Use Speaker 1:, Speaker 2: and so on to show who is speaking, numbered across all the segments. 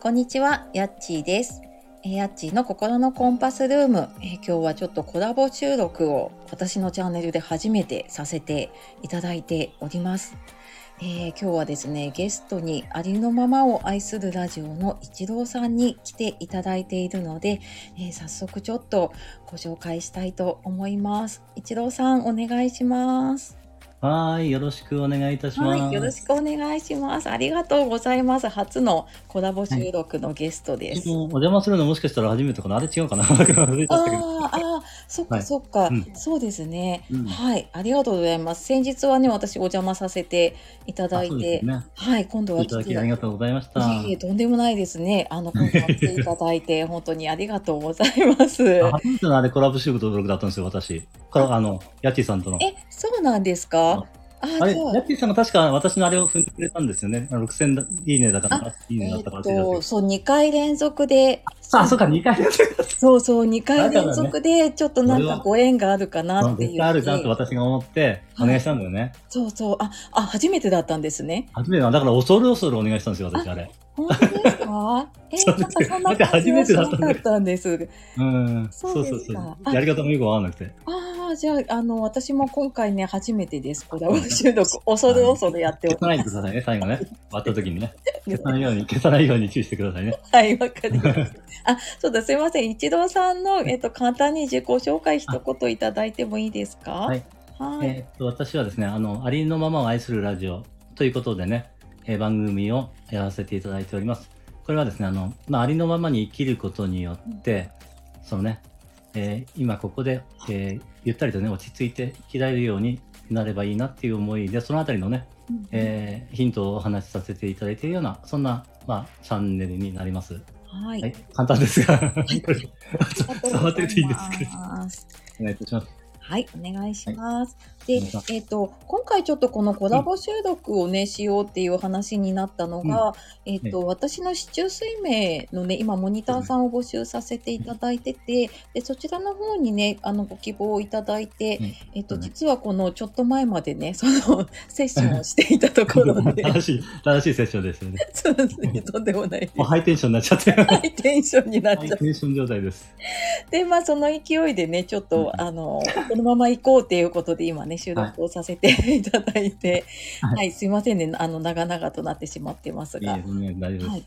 Speaker 1: こんにちは、やっちーです。えーやっちーの心のコンパスルーム、えー今日はちょっとコラボ収録を私のチャンネルで初めてさせていただいております。えー今日はですね、ゲストにありのままを愛するラジオの一郎さんに来ていただいているので、えー早速ちょっとご紹介したいと思います。一郎さん、お願いします。
Speaker 2: はーい、よろしくお願いいたします。
Speaker 1: はい、よろしくお願いします。ありがとうございます。初のコラボ収録のゲストです。
Speaker 2: 私もお邪魔するのもしかしたら初めてかなあれ違うかな 忘れちゃったけど。
Speaker 1: あーあー、そっか
Speaker 2: はい
Speaker 1: そっか、
Speaker 2: うん
Speaker 1: そうですね、
Speaker 2: うん
Speaker 1: はい、ありがとうございます。先日はね、私お邪魔させていただ
Speaker 2: あ
Speaker 1: い
Speaker 2: そうで
Speaker 1: て、
Speaker 2: すね。
Speaker 1: はい、今度は
Speaker 2: 来ていただ
Speaker 1: 来て
Speaker 2: きありがとうございました。
Speaker 1: いえいえとんでもないですね。あの、今度は来ていただい て、本当にありがとうございます。
Speaker 2: あ初めてのあれコラボ収録登録だったんですよ、私。からあの、ヤッティさんとの。
Speaker 1: え、そうなんですか。あ
Speaker 2: あ
Speaker 1: ー、
Speaker 2: れ、
Speaker 1: じ
Speaker 2: ヤ
Speaker 1: ゃあ
Speaker 2: ッティさんが確か私のあれを踏んでくれたんですよね。あの6000いいねだか
Speaker 1: あ
Speaker 2: ら、いいねだ
Speaker 1: え
Speaker 2: ったか
Speaker 1: ーっ
Speaker 2: ら忘れちゃったけ
Speaker 1: と、
Speaker 2: ど。
Speaker 1: そう、2回連続で、
Speaker 2: あ、そうか、2回やってくれ
Speaker 1: そうそう、2回
Speaker 2: だから
Speaker 1: 連
Speaker 2: ね
Speaker 1: 続で、ちょっとなんかご縁があるかな
Speaker 2: た。
Speaker 1: っていう
Speaker 2: 絶
Speaker 1: に。
Speaker 2: 対あるじゃんって私が思って、
Speaker 1: はい
Speaker 2: お願いしたんだよね。
Speaker 1: そうそう。あ、あ、初めてだったんですね。
Speaker 2: 初めての、だから恐る恐るお願いしたんですよ、私、あれ。
Speaker 1: 本当ですかえ
Speaker 2: そう
Speaker 1: ー、
Speaker 2: で
Speaker 1: なんか
Speaker 2: す
Speaker 1: そんな感じは
Speaker 2: だって初めて
Speaker 1: し
Speaker 2: だっ
Speaker 1: な
Speaker 2: たんだ
Speaker 1: かったんです。
Speaker 2: うん。
Speaker 1: そうですかあ
Speaker 2: やり方もよくわかんなくて。
Speaker 1: ああ、じゃあ、あの、私も今回ね、初めてです。コラボ収録、恐る恐るやってお
Speaker 2: 消
Speaker 1: り
Speaker 2: さないで
Speaker 1: ま
Speaker 2: く
Speaker 1: す。
Speaker 2: ださ いね、最後ね。割った時にね。消さ
Speaker 1: は
Speaker 2: ないように、消さないように注意してくださいね。
Speaker 1: い、わかりました。あ、そうだ、すいません。一郎さんの、えっと、簡単に自己紹介一言いただいてもいいですか
Speaker 2: はい。
Speaker 1: は
Speaker 2: え
Speaker 1: い。
Speaker 2: ーっと、私はですね、あの、ありのままを愛するラジオということでね、えー番組をやらせていただいております。これはですね、あの、まあ、ありのままに生きることによって、そのね、えー今ここで、えーゆったりとね、落ち着いて生きられるようになればいいなっていう思いで、そのあたりのね、
Speaker 1: うん
Speaker 2: えーヒントをお話しさせていただいているような、そんな、まあ、チャンネルになります。
Speaker 1: は
Speaker 2: はい
Speaker 1: い。、
Speaker 2: 簡単ですが、
Speaker 1: い
Speaker 2: これ伝わってるといいんですけ
Speaker 1: ありがとうござい
Speaker 2: ど
Speaker 1: ます。
Speaker 2: お願いいたします。
Speaker 1: はい、お願いします。
Speaker 2: いお願い
Speaker 1: で
Speaker 2: しま、
Speaker 1: えっ、と、今回ちょっとこのコラボ収録をね、しようっていう話になったのが、えっ、と、私の市中水明のね、今モニターさんを募集させていただいてて、で、そちらの方にね、あの、ご希望をいただいて、
Speaker 2: うん
Speaker 1: えっ、と、
Speaker 2: そうね
Speaker 1: 実はこのちょっと前までね、 そのセッションをしていたところで、
Speaker 2: 正しい、正しいセッションですよね。
Speaker 1: そうですねとんでもないで す
Speaker 2: もうハイテンションになっちゃって。ハ
Speaker 1: ハイテンションになっちゃっ
Speaker 2: イ
Speaker 1: て
Speaker 2: テンション状態です。
Speaker 1: でまあその勢いでねちょっと、
Speaker 2: うん
Speaker 1: あのこのまま行こうっていうことで今ね収録をさせて いただいては、
Speaker 2: はい
Speaker 1: すいませんねあの長々となってしまってます
Speaker 2: いい
Speaker 1: が。
Speaker 2: ですね、大丈夫
Speaker 1: は
Speaker 2: で
Speaker 1: い
Speaker 2: す。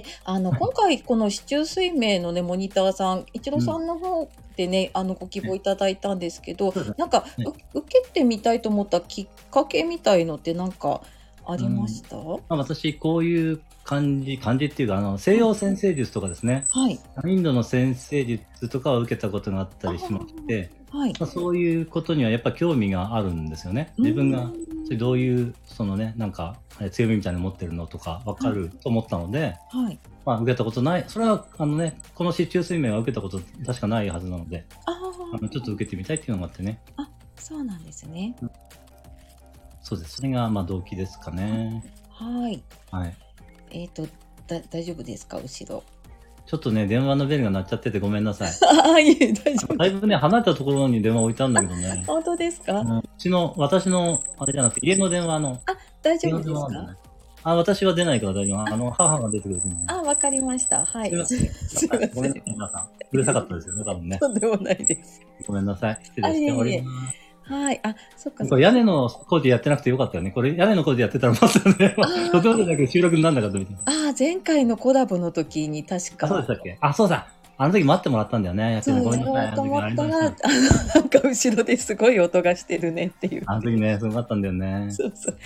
Speaker 1: であの今回この「市中水明」のねモニターさん一郎さんの方でね、あのご希望いただいたんですけど、
Speaker 2: そうですね
Speaker 1: なんか、
Speaker 2: ね
Speaker 1: う受けてみたいと思ったきっかけみたいのってなんかありました、
Speaker 2: まあ、私、こういう感じ、感じっていうか、あの、西洋先生術とかですね、
Speaker 1: はい
Speaker 2: インドの先生術とかを受けたことがあったりしまして、
Speaker 1: はい。
Speaker 2: まあ、そういうことにはやっぱ興味があるんですよね。自分が、それどういう、そのね、なんか、強みみたいなの持ってるのとか、わかると思ったので、
Speaker 1: はい、
Speaker 2: まあ、受けたことない、それは、あのね、この市中水面は受けたこと確かないはずなので、
Speaker 1: あ
Speaker 2: あ
Speaker 1: ー
Speaker 2: のちょっと受けてみたいっていうのがあってね、
Speaker 1: そうなんですね。
Speaker 2: そうです、それがまあ動機ですかね。
Speaker 1: はい。
Speaker 2: はい。
Speaker 1: えっ、と、だ、大丈夫ですか、後ろ。
Speaker 2: ちょっとね、電話のベルが鳴っちゃっててごめんなさい。
Speaker 1: ああ、いえ、大丈夫。
Speaker 2: だいぶね、離れたところに電話置いたんだけどね。
Speaker 1: 本当ですか。
Speaker 2: あのうちの、私の、あれじゃなくて、家の電話の、
Speaker 1: 大丈
Speaker 2: 家
Speaker 1: 夫
Speaker 2: の
Speaker 1: で
Speaker 2: 電
Speaker 1: す
Speaker 2: 話なん
Speaker 1: か。
Speaker 2: だね。あ、私は出ないから大丈夫。あの、母が出てくれてるんで。
Speaker 1: あ、わかりました。はい。
Speaker 2: すいません
Speaker 1: すいま
Speaker 2: ご
Speaker 1: せ
Speaker 2: めん
Speaker 1: ん
Speaker 2: なさい、。皆さん。うるさかったですよね、多分ね。
Speaker 1: とんでもないです。
Speaker 2: ごめんなさい。失礼しております。
Speaker 1: はい。あ、そっか。
Speaker 2: これ屋根の工事やってなくてよかったよね。これ屋根の工事やってたらまた ね、
Speaker 1: ー
Speaker 2: とてもじゃなく収録にならなかったみたいな。
Speaker 1: ああ、前回のコラボの時に、確
Speaker 2: あ、
Speaker 1: か。
Speaker 2: そうでしたっけあ、そうだ。あの時待ってもらったんだよね。やって
Speaker 1: そう
Speaker 2: ごめん
Speaker 1: や
Speaker 2: な
Speaker 1: ろ
Speaker 2: さい。
Speaker 1: う
Speaker 2: あ
Speaker 1: と
Speaker 2: の時
Speaker 1: 思
Speaker 2: あ
Speaker 1: っ
Speaker 2: り
Speaker 1: た
Speaker 2: ま
Speaker 1: ら、あ
Speaker 2: し
Speaker 1: の、 なんか後ろですごい音がしてるねっていう。
Speaker 2: た。あの時ね、すごかったんだよね。
Speaker 1: そうそう。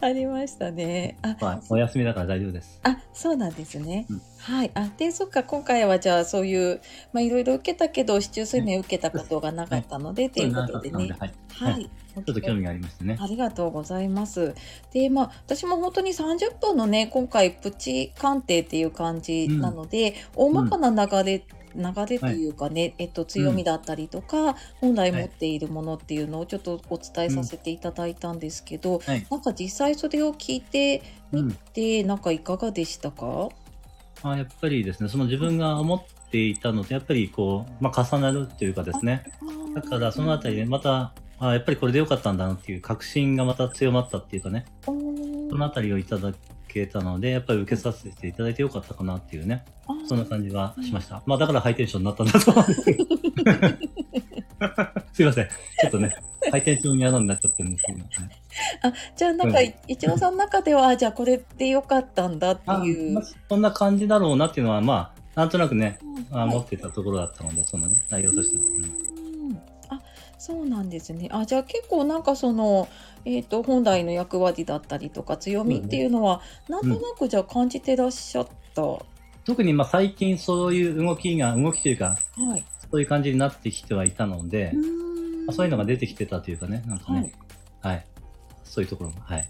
Speaker 1: ありましたね。あ、
Speaker 2: まあ、お休みだから大丈夫です。
Speaker 1: あ、そうなんですね。
Speaker 2: うん
Speaker 1: はい。あ、で、そっか、今回はじゃあ、そういう、まあ、いろいろ受けたけど、市中水明受けたことがなかったので、と、い、うことでね。
Speaker 2: はい。
Speaker 1: は。
Speaker 2: はいちょっと興味がありましたね。
Speaker 1: ありがとうございます。で、まあ、私も本当に30分のね、今回、プチ鑑定っていう感じなので、大まかな流れ、流れというかね、えっと、強みだったりとか、本来持っているものっていうのをちょっとお伝えさせていただいたんですけど、
Speaker 2: はい
Speaker 1: なんか実際それを聞いて
Speaker 2: うん。
Speaker 1: でなんかいかがでしたか
Speaker 2: あやっぱりですね、その自分が思っていたのと、やっぱりこう、まあ、重なるっていうかですね。だから、そのあたりで、また、あやっぱりこれでよかったんだなっていう確信がまた強まったっていうかね、
Speaker 1: そ
Speaker 2: そのあたりをいただけたので、やっぱり受けさせていただいてよかったかなっていうね、
Speaker 1: あー
Speaker 2: そんな感じはしました。まあだからハイテンションになったんだ と思うん ですけど。すいません。ちょっとね、ハイテンションにになっちゃってるんですけど、ね。
Speaker 1: じゃあなんか、一郎さんの中ではあじゃあこれでよかったんだって
Speaker 2: あ
Speaker 1: いう。
Speaker 2: まあ、そんな感じだろうなっていうのは、まあ、なんとなくね、
Speaker 1: うん
Speaker 2: あ
Speaker 1: はい
Speaker 2: 持ってたところだったので、そのね、内容としては。うん
Speaker 1: うんあそうなんですね。あじゃあ結構なんかその、えー、と本来の役割だったりとか強みっていうのは、なんとなくじゃあ感じてらっしゃった。
Speaker 2: 特にまあ最近そういう動きが、動きというか、
Speaker 1: はい。
Speaker 2: そういう感じになってきてはいたので、
Speaker 1: う
Speaker 2: まあそういうのが出てきてたというかね、なんかね、はい、そういうところも、はい。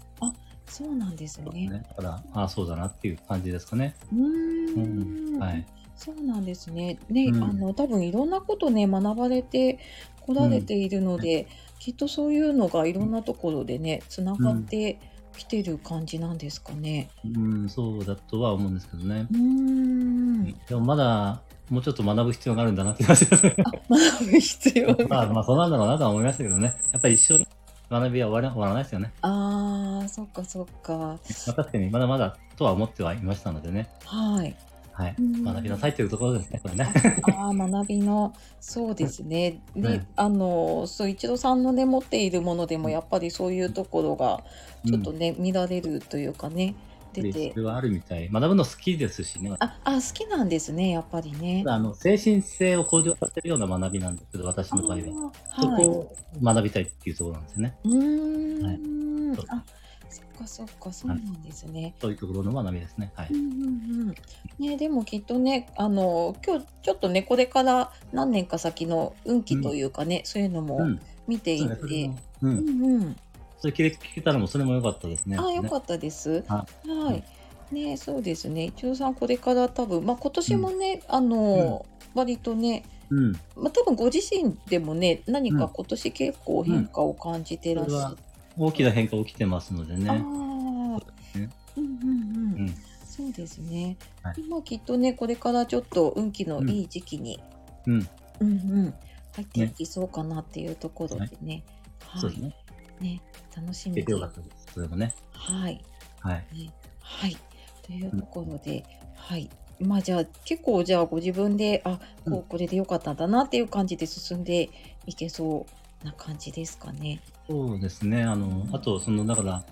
Speaker 1: そうなんですね。
Speaker 2: ねだから、ああ、そうだなっていう感じですかね。
Speaker 1: うーん。
Speaker 2: はい。
Speaker 1: そうなんですね。ね、
Speaker 2: うん
Speaker 1: あの多分いろんなことね学ばれてこられているので、きっとそういうのがいろんなところでねつながってきてる感じなんですかね。
Speaker 2: うん、そうだとは思うんですけどね
Speaker 1: う。ーん。
Speaker 2: でもまだ、もうちょっと学ぶ必要があるんだなって感じ ですね。
Speaker 1: 学ぶ必要が。
Speaker 2: まあ、まあ、そうなんだろうなとは思いましたけどね。やっぱり一生学びは終わら終わらないですよね。
Speaker 1: ああ、そっかそっか。
Speaker 2: まあ、確かにまだまだとは思ってはいましたのでね。
Speaker 1: はい。
Speaker 2: はい。
Speaker 1: うん
Speaker 2: 学びなさいというところですね、これね。
Speaker 1: ああ、学びの、そうですね。で、
Speaker 2: はい
Speaker 1: あの、そう、一度さんのね、持っているものでも、やっぱりそういうところが、 ちょっと
Speaker 2: うん
Speaker 1: ね、見られるというかね、出て
Speaker 2: そ。れはあるみたい。学ぶの好きですしね。
Speaker 1: あ、あ、好きなんですね、やっぱりね。
Speaker 2: あの精神性を向上させるような学びなんですけど、私
Speaker 1: あ
Speaker 2: の場合は。
Speaker 1: ー
Speaker 2: そ
Speaker 1: はい。う
Speaker 2: こを学びたいっていうところなんですよね。
Speaker 1: ー
Speaker 2: は
Speaker 1: ん。
Speaker 2: そう
Speaker 1: あ、そっかそっか、そうなんですね。。
Speaker 2: そういうところの学びですね。はいう
Speaker 1: んうんうんね、でもきっとねあの今日ちょっとねこれから何年か先の運気というかね、そういうの
Speaker 2: う
Speaker 1: も
Speaker 2: ん。
Speaker 1: 見てい
Speaker 2: そうね
Speaker 1: っ
Speaker 2: そ
Speaker 1: て
Speaker 2: れ、もう。
Speaker 1: うんんうん、
Speaker 2: それ聞けたのも、それも良かったですね。
Speaker 1: ああよ
Speaker 2: ね
Speaker 1: かったです。
Speaker 2: は
Speaker 1: はい、ねそうですね一郎さんこれから多分、まあ、今年もね、あの、割とね、
Speaker 2: うん。
Speaker 1: まあ、多分ご自身でもね何
Speaker 2: う
Speaker 1: か
Speaker 2: ん
Speaker 1: 今年結構変化を感じてらっしゃる、
Speaker 2: 大きな変化起きてますので
Speaker 1: ああ
Speaker 2: ね。
Speaker 1: ー、
Speaker 2: ね
Speaker 1: うんうんうん、
Speaker 2: うん
Speaker 1: そうですね、
Speaker 2: はい
Speaker 1: 今きっとねこれからちょっと運気のいい時期に、
Speaker 2: うん。
Speaker 1: うんうん、入っていきそうかなっていうところでね、はい、
Speaker 2: そうですね。
Speaker 1: 楽し
Speaker 2: 聞
Speaker 1: み
Speaker 2: け
Speaker 1: で
Speaker 2: てよかったです。それもね。
Speaker 1: はい、
Speaker 2: はい。
Speaker 1: はい、というところで、はい、まあじゃあ結構じゃあご自分であ
Speaker 2: う
Speaker 1: こうこれで良かったんだなっていう感じで進んでいけそうな感じですかね。
Speaker 2: そうですね。あの、あと、その、だから、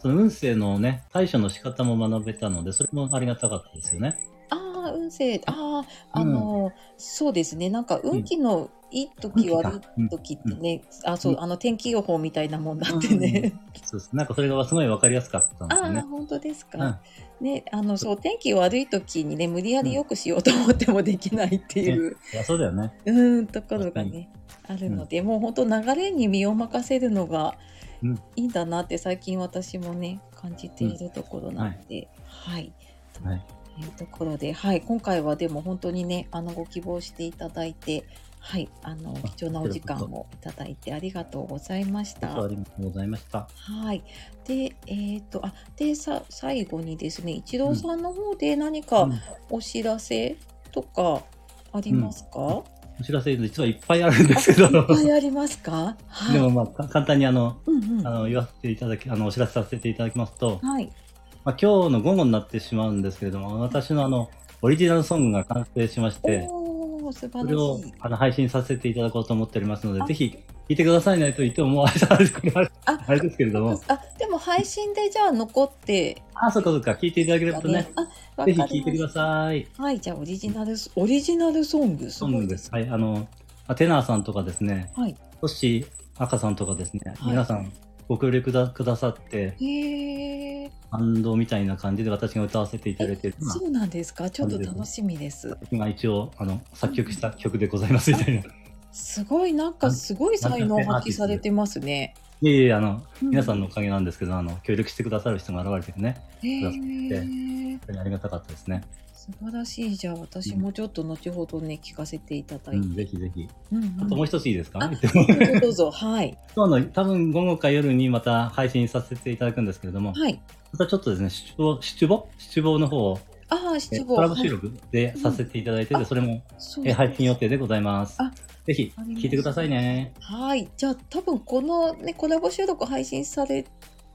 Speaker 2: その運勢のね、対処の仕方も学べたので、それもありがたかったですよね。
Speaker 1: ああ運勢ああ
Speaker 2: う
Speaker 1: あ
Speaker 2: ん
Speaker 1: の、そうですねなんか運気のいい時
Speaker 2: うん
Speaker 1: 悪い時ってね、あそう
Speaker 2: うん
Speaker 1: あの天気予報みたいなもんだってね。
Speaker 2: そうです。なんかそれがすごい分かりやすかったんですよ
Speaker 1: ああ
Speaker 2: ね。
Speaker 1: 本当ですか。
Speaker 2: うん
Speaker 1: ね、あのそう天気悪い時にね無理やり良くしようと思ってもできないっていう、
Speaker 2: いや、そうだよね。
Speaker 1: うん、ところがねあるので、もう本当流れに身を任せるのが
Speaker 2: うん
Speaker 1: いいんだなって最近私もね感じているところなので、はい、
Speaker 2: はい。
Speaker 1: というところで、はい、今回はでも本当にねあのご希望していただいて、はい、あの
Speaker 2: あ
Speaker 1: 貴重なお時間をいただいてありがとうございました。
Speaker 2: ありがとうございました。
Speaker 1: はい。で、えっ、と、あ、で、さ、最後にですね、一郎さんの方で何か
Speaker 2: うん
Speaker 1: お知らせとかありますか。
Speaker 2: お知らせ、実はいっぱいあるんですけど、
Speaker 1: いっぱいありますか。はい。
Speaker 2: でもまあ、か簡単にあの、
Speaker 1: うんうん。
Speaker 2: あ
Speaker 1: は
Speaker 2: の、言わせていただき、あの、お知らせさせていただきますと、
Speaker 1: い。
Speaker 2: まあ、今日の午後になってしまうんですけれども、私のあの、オリジナルソングが完成しまして、
Speaker 1: おお、素晴
Speaker 2: そ
Speaker 1: ら
Speaker 2: れを
Speaker 1: しい。
Speaker 2: あの配信させていただこうと思っておりますの
Speaker 1: あ
Speaker 2: で、ぜひ聞いてくださいねと言っても、もうあれあれあれ
Speaker 1: あ
Speaker 2: あれですけれども、
Speaker 1: あ、でも配信でじゃあ残って
Speaker 2: あ、そうかそうか、聞いていただければ
Speaker 1: だ
Speaker 2: と
Speaker 1: ね
Speaker 2: ね、。
Speaker 1: あ、わ
Speaker 2: ぜひ
Speaker 1: か
Speaker 2: 聞いて
Speaker 1: り
Speaker 2: く
Speaker 1: ま
Speaker 2: だ
Speaker 1: し
Speaker 2: さい。
Speaker 1: た。はい、じゃあオリジナルオリジナルソング。
Speaker 2: ソングで。す。はい、あの、アテナーさんとかですね、
Speaker 1: はい。
Speaker 2: トッシー赤さんとかですね、
Speaker 1: はい
Speaker 2: 皆さんご協力だくださって、
Speaker 1: へえ、
Speaker 2: バンドみたいな感じで私が歌わせていただいてる、まあ
Speaker 1: そうなんですか。ちょっと楽しみです。
Speaker 2: 今一応あの作曲した曲でございますみたいな。い
Speaker 1: すごいなんかすごい才能発揮されてますね。
Speaker 2: え いえ、あの、皆さんのおかげなんですけど、あの、協力してくださる人が現れてね、
Speaker 1: へ
Speaker 2: ださっ
Speaker 1: ー
Speaker 2: 本当にありがたかったですね。
Speaker 1: 素晴らしいじゃあ私もちょっと後ほどね聞かせていただ
Speaker 2: う
Speaker 1: いて、
Speaker 2: ん、ぜひぜひ。
Speaker 1: うん
Speaker 2: あ
Speaker 1: うん
Speaker 2: ともう一ついいですか、
Speaker 1: あ
Speaker 2: 言っても今
Speaker 1: どうぞどうぞはい
Speaker 2: 日の多分午後か夜にまた配信させていただくんですけれども、
Speaker 1: はい
Speaker 2: またちょっとですね、出望、出望出望の方を、
Speaker 1: ああ
Speaker 2: え
Speaker 1: 七五
Speaker 2: コラボ収録でさせていただいて、
Speaker 1: うんあ
Speaker 2: それも
Speaker 1: そう
Speaker 2: え配信予定でございます
Speaker 1: あ。
Speaker 2: ぜひ聞いてくださいね。
Speaker 1: はいじゃあ多分このねコラボ収録配信され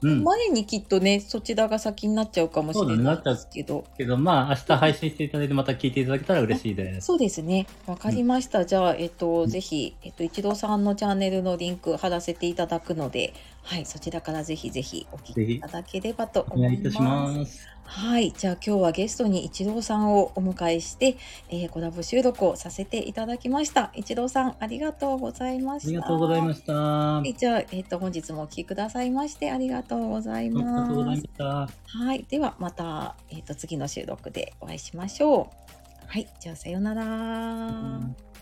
Speaker 2: うん。
Speaker 1: 前にきっとね、そちらが先になっちゃうかもしれ
Speaker 2: そうだね
Speaker 1: な
Speaker 2: ないっちゃう
Speaker 1: ですけど。
Speaker 2: けど、まあ、明日配信していただいて、また聞いていただけたら嬉しいです。
Speaker 1: そうですね。わかりました。じゃあ、えっと、ぜひ、えっと、一郎さんのチャンネルのリンク貼らせていただくので、はい、そちらからぜひぜひお聞
Speaker 2: ぜ
Speaker 1: き
Speaker 2: ひ
Speaker 1: いただければと
Speaker 2: お
Speaker 1: 思
Speaker 2: 願い
Speaker 1: い
Speaker 2: い
Speaker 1: ま
Speaker 2: た
Speaker 1: す。
Speaker 2: します。
Speaker 1: はい、じゃあ今日はゲストに一郎さんをお迎えして、えー、コラボ収録をさせていただきました。一郎さん、ありがとうございまし
Speaker 2: あ
Speaker 1: た。
Speaker 2: りがとうございま
Speaker 1: し
Speaker 2: した。あり
Speaker 1: じゃあ、えっと、本日もお聞きくださいまして、ありがとうござい
Speaker 2: がとうござ
Speaker 1: ま。
Speaker 2: いますした。
Speaker 1: はい、ではまた、えっと、次の収録でお会いしましょう。はい、じゃあ、さようなら。